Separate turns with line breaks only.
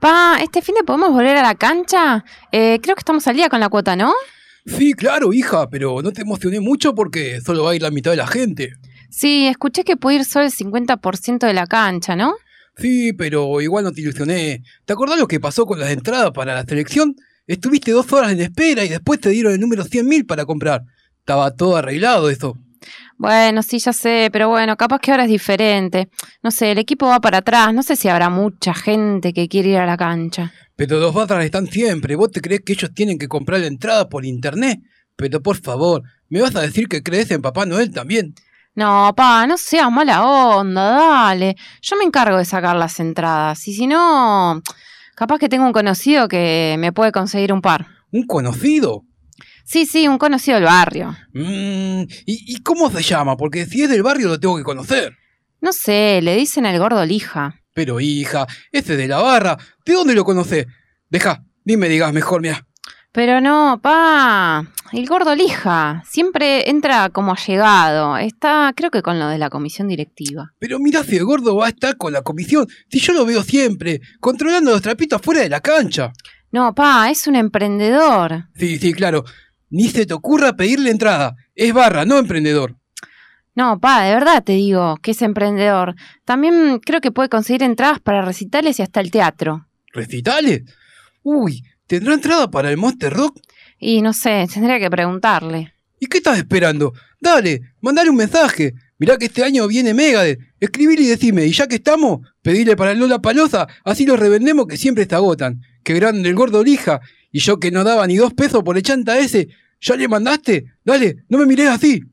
Pa, este fin de podemos volver a la cancha. Eh, creo que estamos al día con la cuota, ¿no?
Sí, claro, hija, pero no te emocioné mucho porque solo va a ir la mitad de la gente.
Sí, escuché que puede ir solo el 50% de la cancha, ¿no?
Sí, pero igual no te ilusioné. ¿Te acordás lo que pasó con las entradas para la selección? Estuviste dos horas en espera y después te dieron el número 100.000 para comprar. Estaba todo arreglado eso.
Bueno, sí, ya sé, pero bueno, capaz que ahora es diferente. No sé, el equipo va para atrás, no sé si habrá mucha gente que quiere ir a la cancha.
Pero los batras están siempre. ¿Vos te crees que ellos tienen que comprar la entrada por internet? Pero por favor, ¿me vas a decir que crees en Papá Noel también?
No, pa, no seas mala onda, dale. Yo me encargo de sacar las entradas. Y si no, capaz que tengo un conocido que me puede conseguir un par.
¿Un conocido?
Sí, sí, un conocido del barrio.
Mm, ¿y, ¿Y cómo se llama? Porque si es del barrio lo tengo que conocer.
No sé, le dicen el gordo lija.
Pero hija, ese de la barra, ¿de dónde lo conocés? Deja, dime, digas mejor, mira.
Pero no, pa, el gordo lija. Siempre entra como allegado. Está, creo que con lo de la comisión directiva.
Pero mira si el gordo va a estar con la comisión, si yo lo veo siempre, controlando los trapitos fuera de la cancha.
No, pa, es un emprendedor.
Sí, sí, claro. Ni se te ocurra pedirle entrada. Es barra, no emprendedor.
No, pa, de verdad te digo que es emprendedor. También creo que puede conseguir entradas para recitales y hasta el teatro.
¿Recitales? Uy, ¿tendrá entrada para el Monster Rock?
Y no sé, tendría que preguntarle.
¿Y qué estás esperando? Dale, mandale un mensaje. Mirá que este año viene Megadeth. Escribile y decime, y ya que estamos, pedile para el Lola Palosa, así los revendemos que siempre se agotan. Que grande el gordo lija. Y yo que no daba ni dos pesos por el chanta ese, ¿ya le mandaste? Dale, no me mires así.